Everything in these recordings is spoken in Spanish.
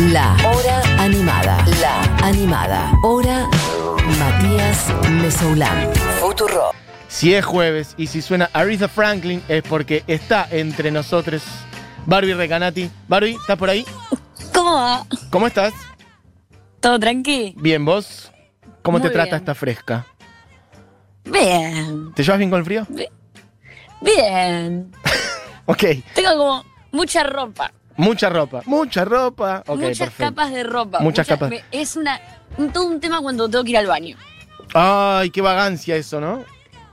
La Hora Animada. La Animada. Hora Matías Mesoulán. Futuro. Si es jueves y si suena Aretha Franklin es porque está entre nosotros Barbie Recanati. Barbie, ¿estás por ahí? ¿Cómo va? ¿Cómo estás? ¿Todo tranqui? Bien, ¿vos? ¿Cómo Muy te trata bien. esta fresca? Bien. ¿Te llevas bien con el frío? Bien. Ok, Tengo como mucha ropa. mucha ropa. Mucha ropa. Ok, muchas perfecto. capas de ropa. Muchas capas. me- es una, un- todo un tema cuando tengo que ir al baño. Ay, qué vagancia eso, ¿no?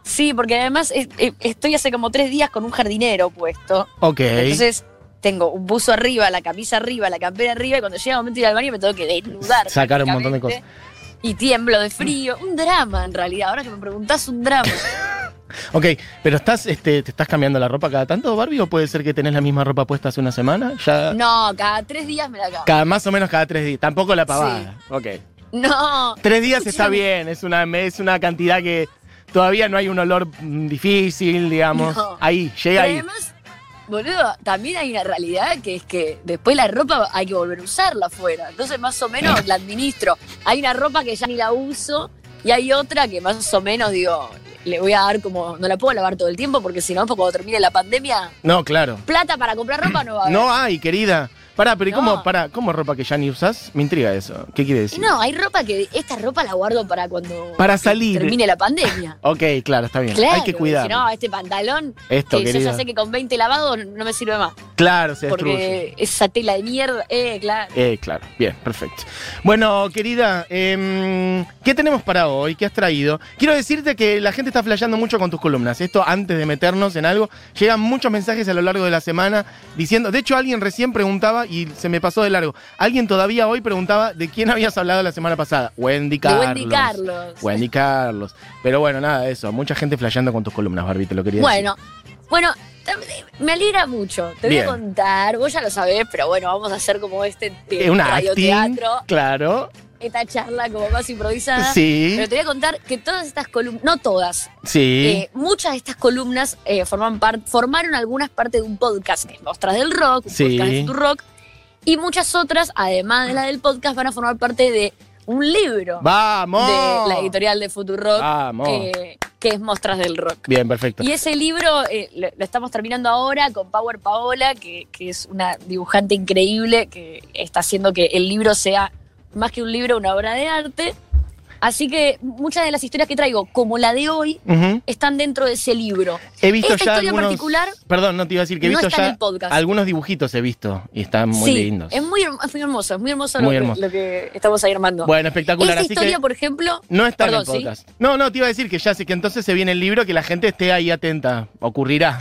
Sí, porque además es- eh, estoy hace como tres días con un jardinero puesto. Ok. Entonces tengo un buzo arriba, la camisa arriba, la campera arriba. Y cuando llega el momento de ir al baño me tengo que desnudar. Sacar un montón de prácticamente. Y tiemblo de frío. Un drama, en realidad. Ahora que me preguntás, un drama. Ok, pero estás, este, ¿te estás cambiando la ropa cada tanto, Barbie? ¿O puede ser que tenés la misma ropa puesta hace una semana? Ya. No, cada tres días me la cambio. Cada, más o menos cada tres días. Tampoco la pavada. Ok. No. Tres días está Escúchame. bien, es una, es una cantidad que todavía no hay un olor mm, difícil, digamos. No. Ahí, llega Pero ahí. además, boludo, también hay una realidad que es que después la ropa hay que volver a usarla afuera. Entonces, más o menos la administro. Hay una ropa que ya ni la uso y hay otra que más o menos, digo, le voy a dar como. No la puedo lavar todo el tiempo porque si no, pues cuando termine la pandemia, No, claro. plata para comprar ropa no va a haber. No hay, querida. Pará, pero ¿y No. cómo, pará, cómo ropa que ya ni usás? Me intriga eso. ¿Qué quiere Y decir? no, hay ropa que. Esta ropa la guardo para cuando. Para salir. Termine la pandemia. Ok, claro, está bien. Claro, hay que cuidar. Si no, este pantalón. Esto, que yo ya querida. sé que con 20 lavados no me sirve más. Claro, se destruye. Porque esa tela de mierda. Eh, claro. Eh, claro, bien, perfecto. Bueno, querida, em, ¿qué tenemos para hoy? ¿Qué has traído? Quiero decirte que la gente está flasheando mucho con tus columnas. Esto antes de meternos en algo, llegan muchos mensajes a lo largo de la semana diciendo, de hecho alguien recién preguntaba y se me pasó de largo, alguien todavía hoy preguntaba de quién habías hablado la semana pasada. Wendy De Carlos. Wendy Carlos. Wendy Carlos. Pero bueno, nada, eso, mucha gente flasheando con tus columnas, Barbie, te lo quería Bueno, bueno, tam- me alegra mucho. Te Bien. voy a contar, vos ya lo sabés, pero bueno, vamos a hacer como este decir. eh, Eh, una acting, radioteatro, claro. esta charla como más improvisada. Sí, Ah, Pero te voy a contar que todas estas columnas, no todas, sí. eh, muchas de estas columnas eh, forman par- formaron algunas parte de un podcast que es Mostras del Rock, un Sí. podcast de tu rock, y muchas otras, además de la del podcast, van a formar parte de un libro Vamos. de la editorial de Futurock, Vamos. eh, que es Mostras del Rock. Bien, perfecto. Y ese libro eh, lo, lo estamos terminando ahora con Power Paola, que, que es una dibujante increíble que está haciendo que el libro sea más que un libro, una obra de arte. Así que muchas de las historias que traigo, como la de hoy, Ujú. están dentro de ese libro. He visto Esta ya historia en algunos. particular perdón, no te iba a decir que he no visto está en ya el podcast. algunos dibujitos he visto y están muy sí, lindos. es muy, hermo- es muy hermoso, es muy hermoso, Muy lo, hermoso. Que, lo que estamos ahí armando. Bueno, espectacular. Esa así historia, que por ejemplo, no está Perdón, en el ¿sí? podcast. No, no, te iba a decir que ya sé que entonces se viene el libro que la gente esté ahí atenta. Ocurrirá.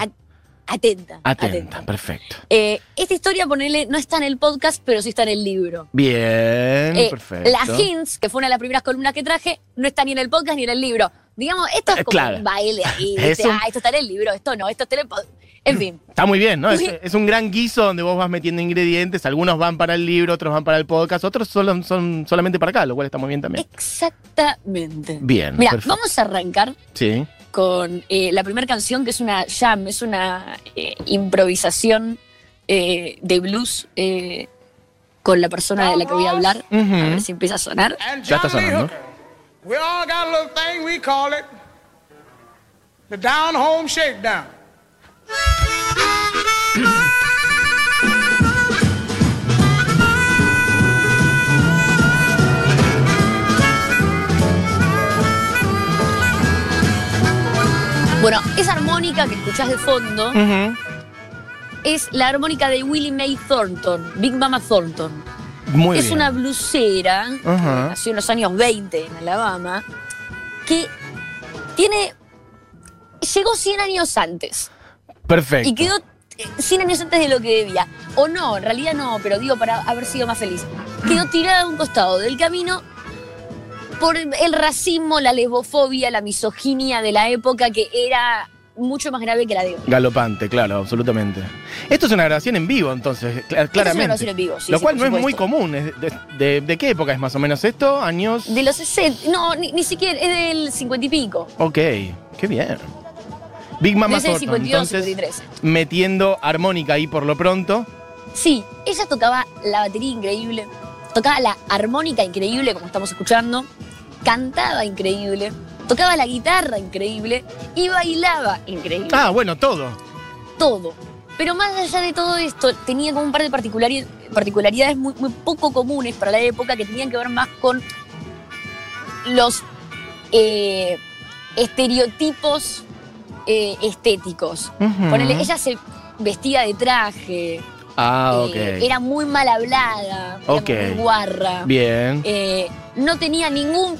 Atenta. atenta. Atenta, perfecto. Eh, esta historia, ponele, no está en el podcast, pero sí está en el libro. Bien, Eh, Ah, perfecto. La Hints, que fue una de las primeras columnas que traje, no está ni en el podcast ni en el libro. Digamos, esto es Eh, como claro. un baile ahí. Es ¿viste? un- Ah, esto está en el libro, esto no, esto está en el podcast. En fin, Está muy bien, ¿no? Es, Sí. es un gran guiso donde vos vas metiendo ingredientes. Algunos van para el libro, otros van para el podcast, otros solo, son solamente para acá, lo cual está muy bien también. exactamente. Bien, Mira, perfecto. vamos a arrancar Sí. con eh, la primera canción, que es una jam, es una eh, improvisación eh, de blues eh, con la persona de la que voy a hablar. Ujú. A ver si empieza a sonar. and Ya está John Lee sonando. Hooker. We all got a little thing we call it the down home shakedown. Bueno, esa armónica que escuchás de fondo Ujú. es la armónica de Willie Mae Thornton, Big Mama Thornton. Muy es bien. una blusera, que Ajá. nació en los años 20 en Alabama, que tiene. llegó 100 años antes Perfecto. y quedó eh, 100 años antes de lo que debía. O no, en realidad no, pero digo para haber sido más feliz. Quedó tirada a un costado del camino por el racismo, la lesbofobia, la misoginia de la época que era mucho más grave que la de hoy. Galopante, claro, absolutamente. Esto es una grabación en vivo, entonces, cl- Esta es una claramente. grabación en vivo, sí, Lo sí, cual por no es muy supuesto. común. es de, de- de qué época es más o menos esto? ¿Años? De los 60, no, ni, ni siquiera, es del 50 y pico. Ok, qué bien. Big Mama Desde el Thornton, 52, entonces, 53. metiendo armónica ahí por lo pronto. Sí, ella tocaba la batería increíble, tocaba la armónica increíble, como estamos escuchando, cantaba increíble, tocaba la guitarra increíble y bailaba increíble. Ah, bueno, todo. Todo. Pero más allá de todo esto, tenía como un par de particulari- particularidades muy, muy poco comunes para la época que tenían que ver más con los eh, estereotipos eh, estéticos. Ujú. Ponele, ella se vestía de traje, Ah, ok. eh, era muy mal hablada, era Ok. muy guarra. Bien. Eh, no tenía ningún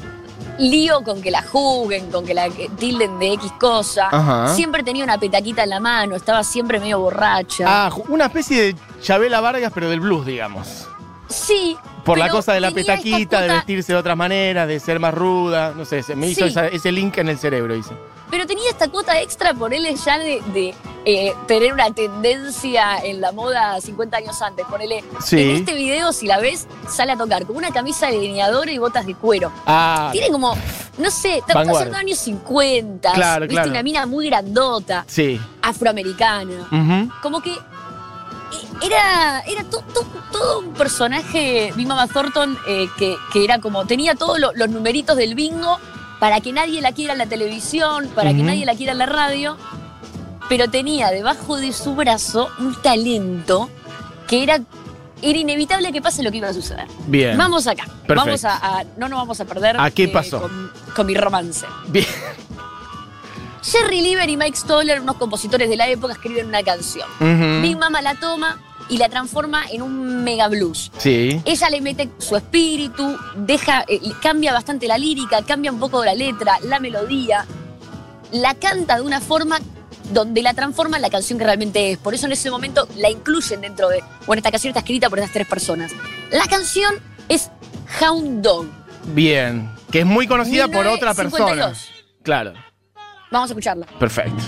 lío con que la juguen, con que la que tilden de X cosa. Ajá. Siempre tenía una petaquita en la mano, estaba siempre medio borracha. Ah, ju- una especie de Chabela Vargas, pero del blues, digamos. sí. Por la pero cosa de la tenía esta petaquita, de cosa- vestirse de otras maneras, de ser más ruda, no sé, se me hizo Sí. esa- ese link en el cerebro, hice. Pero tenía esta cuota extra por él ya de, de, eh, tener una tendencia en la moda 50 años antes. Ponele, Sí. en este video, si la ves, sale a tocar con una camisa de delineador y botas de cuero. Ah, Tiene como, no sé, estamos Vanguardia. hablando años 50. Claro, viste, claro. una mina muy grandota, sí. afroamericana. Ujú. Como que eh, era, era to- to- todo un personaje, Big Mama Thornton, eh, que, que era como, tenía todos lo- los numeritos del bingo para que nadie la quiera en la televisión, para que Ujú. nadie la quiera en la radio, pero tenía debajo de su brazo un talento que era, era inevitable que pase lo que iba a suceder. Bien. Vamos acá. Perfecto. Vamos a, a- No nos vamos a perder. eh, ¿A qué pasó? Con, con mi romance. Bien. Jerry Lieber y Mike Stoller, unos compositores de la época, escriben una canción. Ujú. Big Mama la toma y la transforma en un mega blues. Sí. Ella le mete su espíritu, deja, eh, cambia bastante la lírica, cambia un poco la letra, la melodía. La canta de una forma donde la transforma en la canción que realmente es. Por eso en ese momento la incluyen dentro de. Bueno, esta canción está escrita por estas tres personas. La canción es Hound Dog. Bien. Que es muy conocida por otra persona. 1952. Claro. Vamos a escucharla. Perfecto.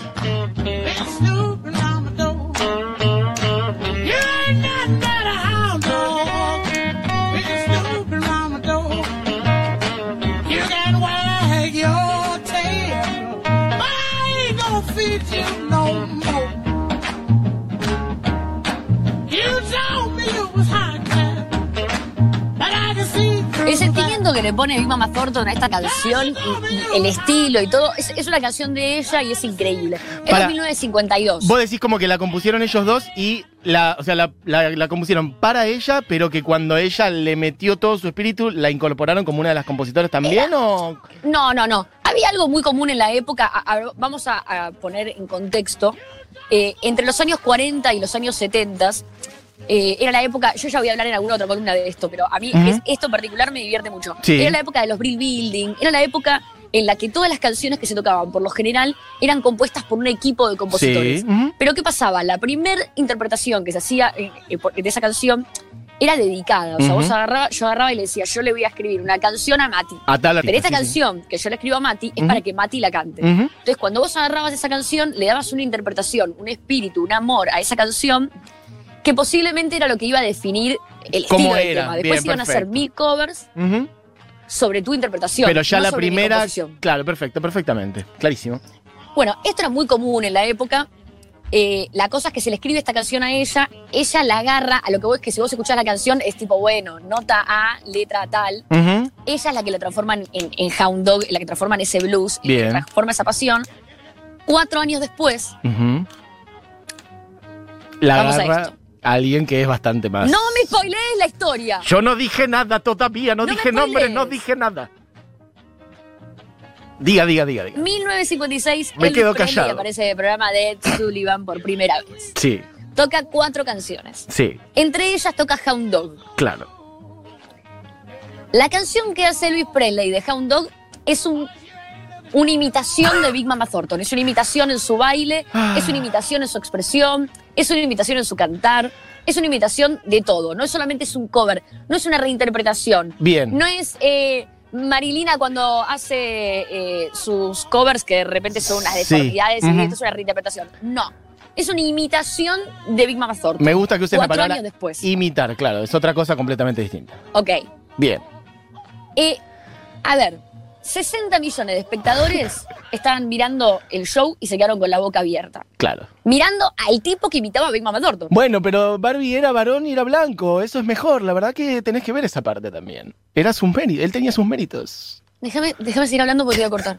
El sentimiento que le pone Big Mama Thornton a esta canción, y, y el estilo y todo, es, es una canción de ella y es increíble. Es Para. de 1952. Vos decís como que la compusieron ellos dos y la, o sea, la, la- la compusieron para ella, pero que cuando ella le metió todo su espíritu, la incorporaron como una de las compositoras también o. No, no, no. Había algo muy común en la época, a- a- vamos a, a poner en contexto, eh, entre los años 40 y los años 70, eh, era la época, yo ya voy a hablar en alguna otra columna de esto, pero a mí Ujú. es- esto en particular me divierte mucho. Sí. Era la época de los Brill Building, era la época en la que todas las canciones que se tocaban, por lo general, eran compuestas por un equipo de compositores. Sí. Ujú. Pero ¿qué pasaba? La primera interpretación que se hacía eh, eh, por- de esa canción era dedicada. O sea, Ujú. vos agarraba- yo agarraba y le decía, yo le voy a escribir una canción a Mati. A tal Pero artista, sí, esta sí. canción que yo le escribo a Mati es Ujú. para que Mati la cante. Ujú. Entonces, cuando vos agarrabas esa canción, le dabas una interpretación, un espíritu, un amor a esa canción que posiblemente era lo que iba a definir el ¿Cómo estilo del era? tema. Después Bien, iban a hacer perfecto. mil covers Ujú. sobre tu interpretación. Pero ya no la sobre mi primera. composición. Claro, perfecto, perfectamente. Clarísimo. Bueno, esto era muy común en la época. Eh, la cosa es que se le escribe esta canción a ella, ella la agarra, a lo que vos es que si vos escuchás la canción es tipo, bueno, nota A, letra tal, Ujú. ella es la que la transforma en, en, en Hound Dog, la que transforma en ese blues, la Bien. que transforma esa pasión. Cuatro años después, Ujú. La Vamos a agarra esto. alguien que es bastante más. no me spoilees la historia. Yo no dije nada todavía, no, No me dije nombre, spoilees. no dije nada. Diga, diga, diga, diga. 1956, Me Elvis quedo Presley callado. aparece en el programa de Ed Sullivan por primera vez. Sí, Toca cuatro canciones. sí, Entre ellas toca Hound Dog. claro. La canción que hace Elvis Presley de Hound Dog es un- una imitación de Big Mama Thornton. Es una imitación en su baile, es una imitación en su expresión, es una imitación en su cantar, es una imitación de todo. No es solamente es un cover, no es una reinterpretación. Bien. No es eh, Marilina cuando hace eh, sus covers que de repente son unas Sí. deformidades Ujú. y esto es una reinterpretación. No. Es una imitación de Big Mama Thornton. Me gusta que uses la Cuatro palabra años después. imitar, claro, es otra cosa completamente distinta. Ok. Bien. Eh, a ver, 60 millones de espectadores estaban mirando el show y se quedaron con la boca abierta. Claro. Mirando al tipo que imitaba a Big Mama Thornton. Bueno, pero Barbie era varón y era blanco. Eso es mejor. La verdad que tenés que ver esa parte también. Era sus méritos. Él tenía sus méritos. Déjame, déjame seguir hablando porque te voy a cortar.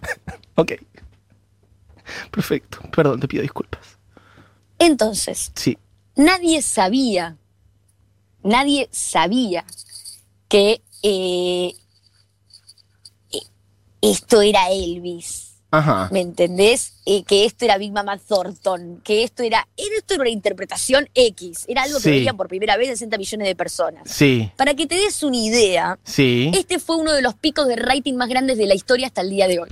Ok. Perfecto. Perdón, te pido disculpas. Entonces, Sí. nadie sabía, nadie sabía que eh, eh, esto era Elvis. Ajá. ¿Me entendés? Eh, que esto era Big Mama Thornton, que esto era, era- esto era una interpretación X, era algo Sí. que veían por primera vez 60 millones de personas. Sí. Para que te des una idea, Sí. este fue uno de los picos de rating más grandes de la historia hasta el día de hoy.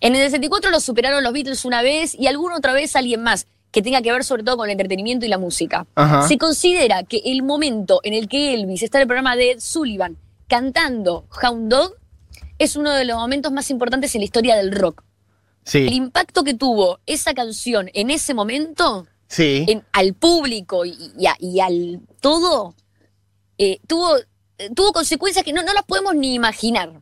En el 64 lo superaron los Beatles una vez y alguna otra vez alguien más, que tenga que ver sobre todo con el entretenimiento y la música. Ajá. Se considera que el momento en el que Elvis está en el programa de Ed Sullivan cantando Hound Dog es uno de los momentos más importantes en la historia del rock. El Sí. impacto que tuvo esa canción en ese momento, Sí. en- al público y, y a- y al todo, eh, tuvo, eh, tuvo consecuencias que no, no las podemos ni imaginar.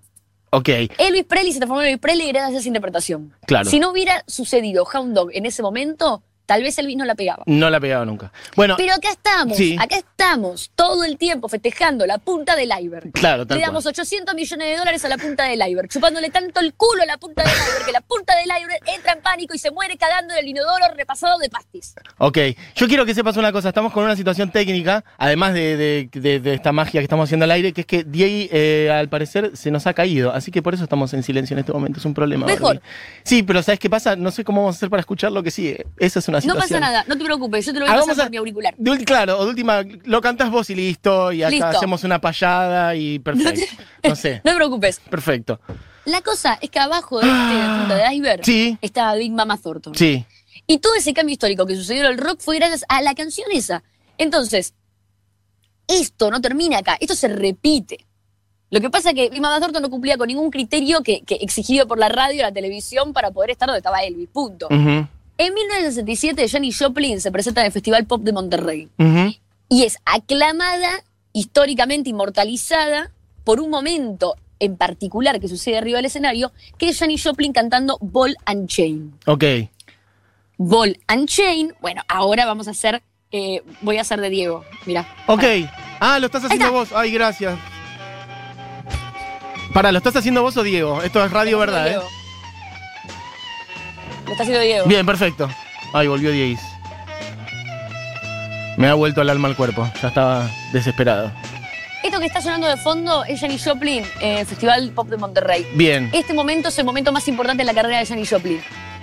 Ok. Elvis Presley se transformó en Elvis Presley gracias a esa interpretación. Claro. Si no hubiera sucedido Hound Dog en ese momento, tal vez Elvis no la pegaba. No la pegaba nunca. Bueno, Pero acá estamos, Sí. acá estamos, todo el tiempo festejando la punta del iceberg. claro, tal Le damos cual. 800 millones de dólares a la punta del iceberg, chupándole tanto el culo a la punta del iceberg que la punta del iceberg entra en pánico y se muere cagando en el inodoro repasado de pastis. Ok. Yo quiero que sepas una cosa. Estamos con una situación técnica, además de, de- de- de esta magia que estamos haciendo al aire, que es que Diego, eh, al parecer, se nos ha caído. Así que por eso estamos en silencio en este momento. Es un problema. Mejor. Barbie. Sí, pero ¿sabes qué pasa? No sé cómo vamos a hacer para escuchar lo que sigue. Esa es una No situación. pasa nada, no te preocupes, yo te lo voy a Hagamos pasar por a- mi auricular. de ul- claro, o de última, lo cantás vos y listo, y acá Listo. hacemos una payada y perfecto. No sé, No te preocupes. perfecto. La cosa es que abajo de este punta del iceberg Ah, Sí. estaba Big Mama Thornton. Sí, Y todo ese cambio histórico que sucedió en el rock fue gracias a la canción esa. Entonces, esto no termina acá, esto se repite. Lo que pasa es que Big Mama Thornton no cumplía con ningún criterio que, que exigido por la radio o la televisión para poder estar donde estaba Elvis, punto. ujú, En 1967, Janis Joplin se presenta en el Festival Pop de Monterrey ujú. y es aclamada, históricamente inmortalizada, por un momento en particular que sucede arriba del escenario, que es Janis Joplin cantando Ball and Chain. ok, Ball and Chain. Bueno, ahora vamos a hacer. eh, voy a hacer de Diego. Mira. ok. Ah, lo estás haciendo está. vos, ay, gracias. Para, ¿lo estás haciendo vos o Diego? Esto es radio, ¿verdad? eh? Lo está haciendo Diego. Bien, perfecto. Ay, volvió Diez. Me ha vuelto el alma al cuerpo, ya estaba desesperado. Esto que está sonando de fondo es Janis Joplin, eh, Festival Pop de Monterrey. Bien, Este momento es el momento más importante en la carrera de Janis Joplin.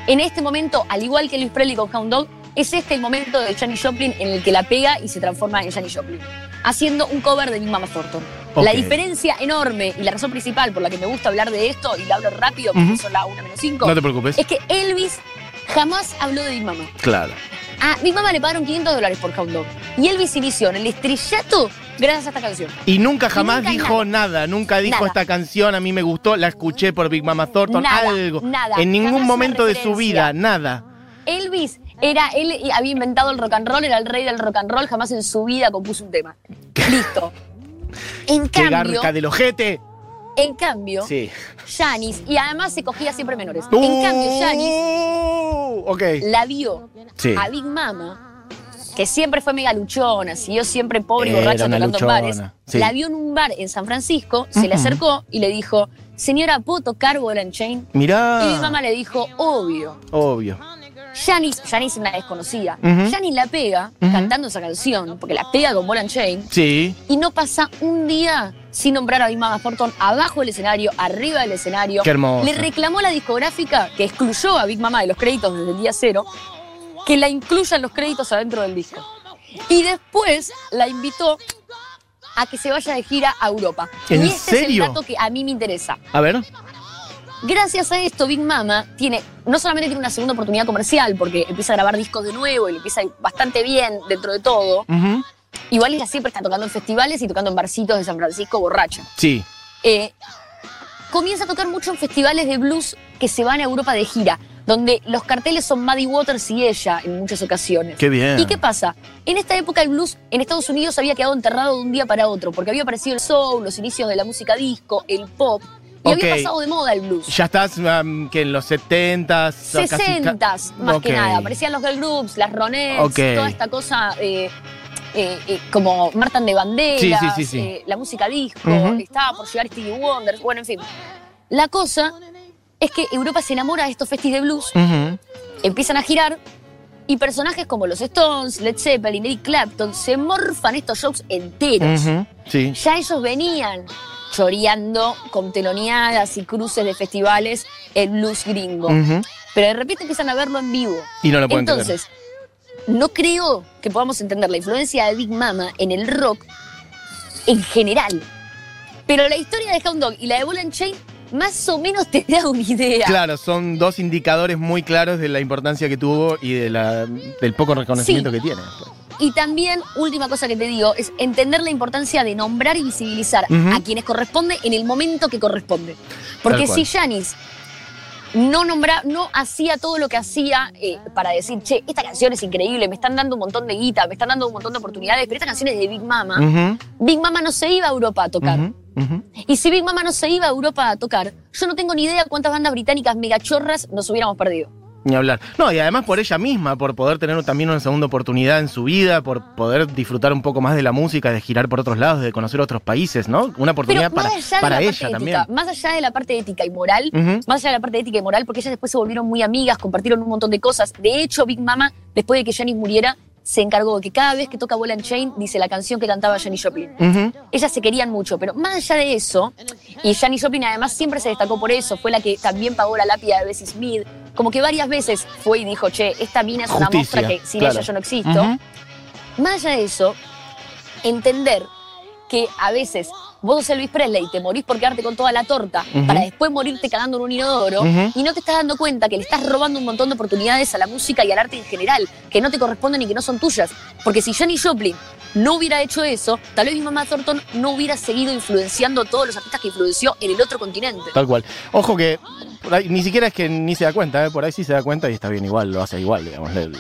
En este momento, al igual que Luis Presley con Hound Dog, es este el momento de Janis Joplin en el que la pega y se transforma en Janis Joplin, haciendo un cover de Big Mama Thornton. La Ok. diferencia enorme y la razón principal por la que me gusta hablar de esto, y la hablo rápido porque Ujú. son las 1 menos 5, no te preocupes. es que Elvis jamás habló de Big Mama. Claro. A Big Mama le pagaron 500 dólares por Hound Dog. Y Elvis inició en el estrellato gracias a esta canción. Y nunca jamás nunca dijo nada. nunca dijo Nada. esta canción, a mí me gustó, la escuché por Big Mama Thornton, Nada, algo. nada, en jamás ningún una momento de su referencia. vida, nada. Elvis era, él y había inventado el rock and roll, era el rey del rock and roll, jamás en su vida compuso un tema. Listo. En Que cambio, garca del ojete. en cambio, Sí. Janis, y además se cogía siempre menores. En cambio, Janis Uh, Ok. la vio Sí. a Big Mama, que siempre fue mega luchona, siguió siempre pobre y Era borracha una tocando en bares, luchona, sí. Mm. la vio en un bar en San Francisco, se le Ujú. acercó y le dijo, señora, ¿puedo tocar Ball and Chain? Y mi Mirá. mamá le dijo, obvio. Obvio. Janis, Janis es una desconocida. Ujú. Janis la pega Ujú. cantando esa canción, porque la pega con Ball and Chain, Sí. y no pasa un día sin nombrar a Big Mama Thornton abajo del escenario, arriba del escenario. Qué hermoso. Le reclamó la discográfica que excluyó a Big Mama de los créditos desde el día cero, que la incluyan los créditos adentro del disco. Y después la invitó a que se vaya de gira a Europa. ¿En y este serio? es el dato que a mí me interesa. A ver. Gracias a esto, Big Mama tiene, no solamente tiene una segunda oportunidad comercial, porque empieza a grabar discos de nuevo y le empieza a ir bastante bien dentro de todo. Ujú. Igual ella siempre está tocando en festivales y tocando en barcitos de San Francisco borracha. Sí. Eh, comienza a tocar mucho en festivales de blues que se van a Europa de gira, donde los carteles son Maddie Waters y ella en muchas ocasiones. Qué bien. ¿Y qué pasa? En esta época el blues en Estados Unidos había quedado enterrado de un día para otro, porque había aparecido el soul, los inicios de la música disco, el pop, Y Ok. había pasado de moda el blues. Ya estás am, que en los 70s. o casi ca- 60 más Ok. que nada. Aparecían los girl groups, las ronettes, Ok. toda esta cosa eh, eh, eh, como Martan de Banderas, Sí, sí, sí, sí. eh, la música disco, Ujú. estaba por llegar Stevie Wonder, bueno, en fin. La cosa es que Europa se enamora de estos festis de blues, Ujú. empiezan a girar y personajes como los Stones, Led Zeppelin, Eric Clapton se morfan estos shows enteros Ujú. Sí. ya ellos venían choreando con teloneadas y cruces de festivales el blues gringo. Ujú. Pero de repente empiezan a verlo en vivo. Y no lo pueden Entonces, no creo que podamos entender la influencia de Big Mama en el rock en general. Pero la historia de Hound Dog y la de Ball and Chain más o menos te da una idea. Claro, son dos indicadores muy claros de la importancia que tuvo y de la, del poco reconocimiento Sí. que tiene. Y también, última cosa que te digo, es entender la importancia de nombrar y visibilizar Ujú. a quienes corresponde en el momento que corresponde. Porque Tal cual. si Janis no nombra, no hacía todo lo que hacía eh, para decir, che, esta canción es increíble, me están dando un montón de guita, me están dando un montón de oportunidades, pero esta canción es de Big Mama. Ujú, Big Mama no se iba a Europa a tocar. ujú, ujú. Y si Big Mama no se iba a Europa a tocar, yo no tengo ni idea cuántas bandas británicas megachorras nos hubiéramos perdido. Ni hablar. No, y además por ella misma, por poder tener también una segunda oportunidad en su vida, por poder disfrutar un poco más de la música, de girar por otros lados, de conocer otros países, ¿no? Una oportunidad para, para la ella parte también. ética, más allá de la parte ética y moral, Ujú. más allá de la parte ética y moral, porque ellas después se volvieron muy amigas, compartieron un montón de cosas. De hecho, Big Mama, después de que Janis muriera, se encargó de que cada vez que toca Ball and Chain dice la canción que cantaba Janis Joplin. Ujú. Ellas se querían mucho, pero más allá de eso, y Janis Joplin además siempre se destacó por eso, fue la que también pagó la lápida de Bessie Smith, como que varias veces fue y dijo, che, esta mina es una Justicia, muestra que sin claro. ella yo no existo. Ujú. Más allá de eso, entender que a veces vos sos Elvis Presley y te morís por quedarte con toda la torta Ujú. para después morirte cagando en un inodoro Ujú. y no te estás dando cuenta que le estás robando un montón de oportunidades a la música y al arte en general, que no te corresponden y que no son tuyas. Porque si Johnny Joplin no hubiera hecho eso, tal vez mi mamá Thornton no hubiera seguido influenciando a todos los artistas que influenció en el otro continente. Tal cual. Ojo que por ahí, ni siquiera es que ni se da cuenta, ¿eh? por ahí sí se da cuenta y está bien igual, lo hace igual, digamos. Le-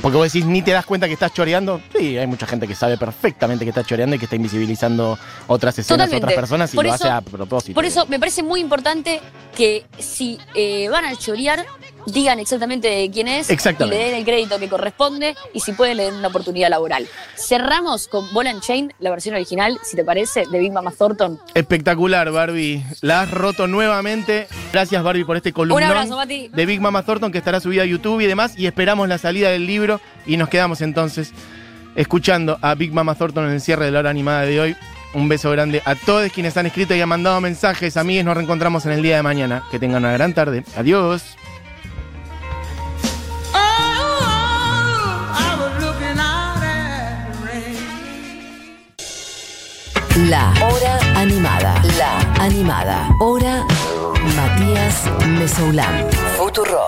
Porque vos decís, ni te das cuenta que estás choreando. Sí, hay mucha gente que sabe perfectamente que está choreando y que está invisibilizando otras escenas, Totalmente. otras personas y Por lo eso- hace a propósito. Por eso me parece muy importante que si eh, van a chorear, digan exactamente de quién es Exactamente. y le den el crédito que corresponde y si pueden le den una oportunidad laboral. Cerramos con Ball and Chain, la versión original, si te parece, de Big Mama Thornton. Espectacular, Barbie. La has roto nuevamente. Gracias, Barbie, por este columnón Un abrazo, Mati. de Big Mama Thornton que estará subida a YouTube y demás. Y esperamos la salida del libro. Y nos quedamos entonces escuchando a Big Mama Thornton en el cierre de la hora animada de hoy. Un beso grande a todos quienes han escrito y han mandado mensajes. Amigues, nos reencontramos en el día de mañana. Que tengan una gran tarde. Adiós. Oh, I was looking out at the rain. La hora animada. La animada. Hora Matías Mesoulán. Futuro.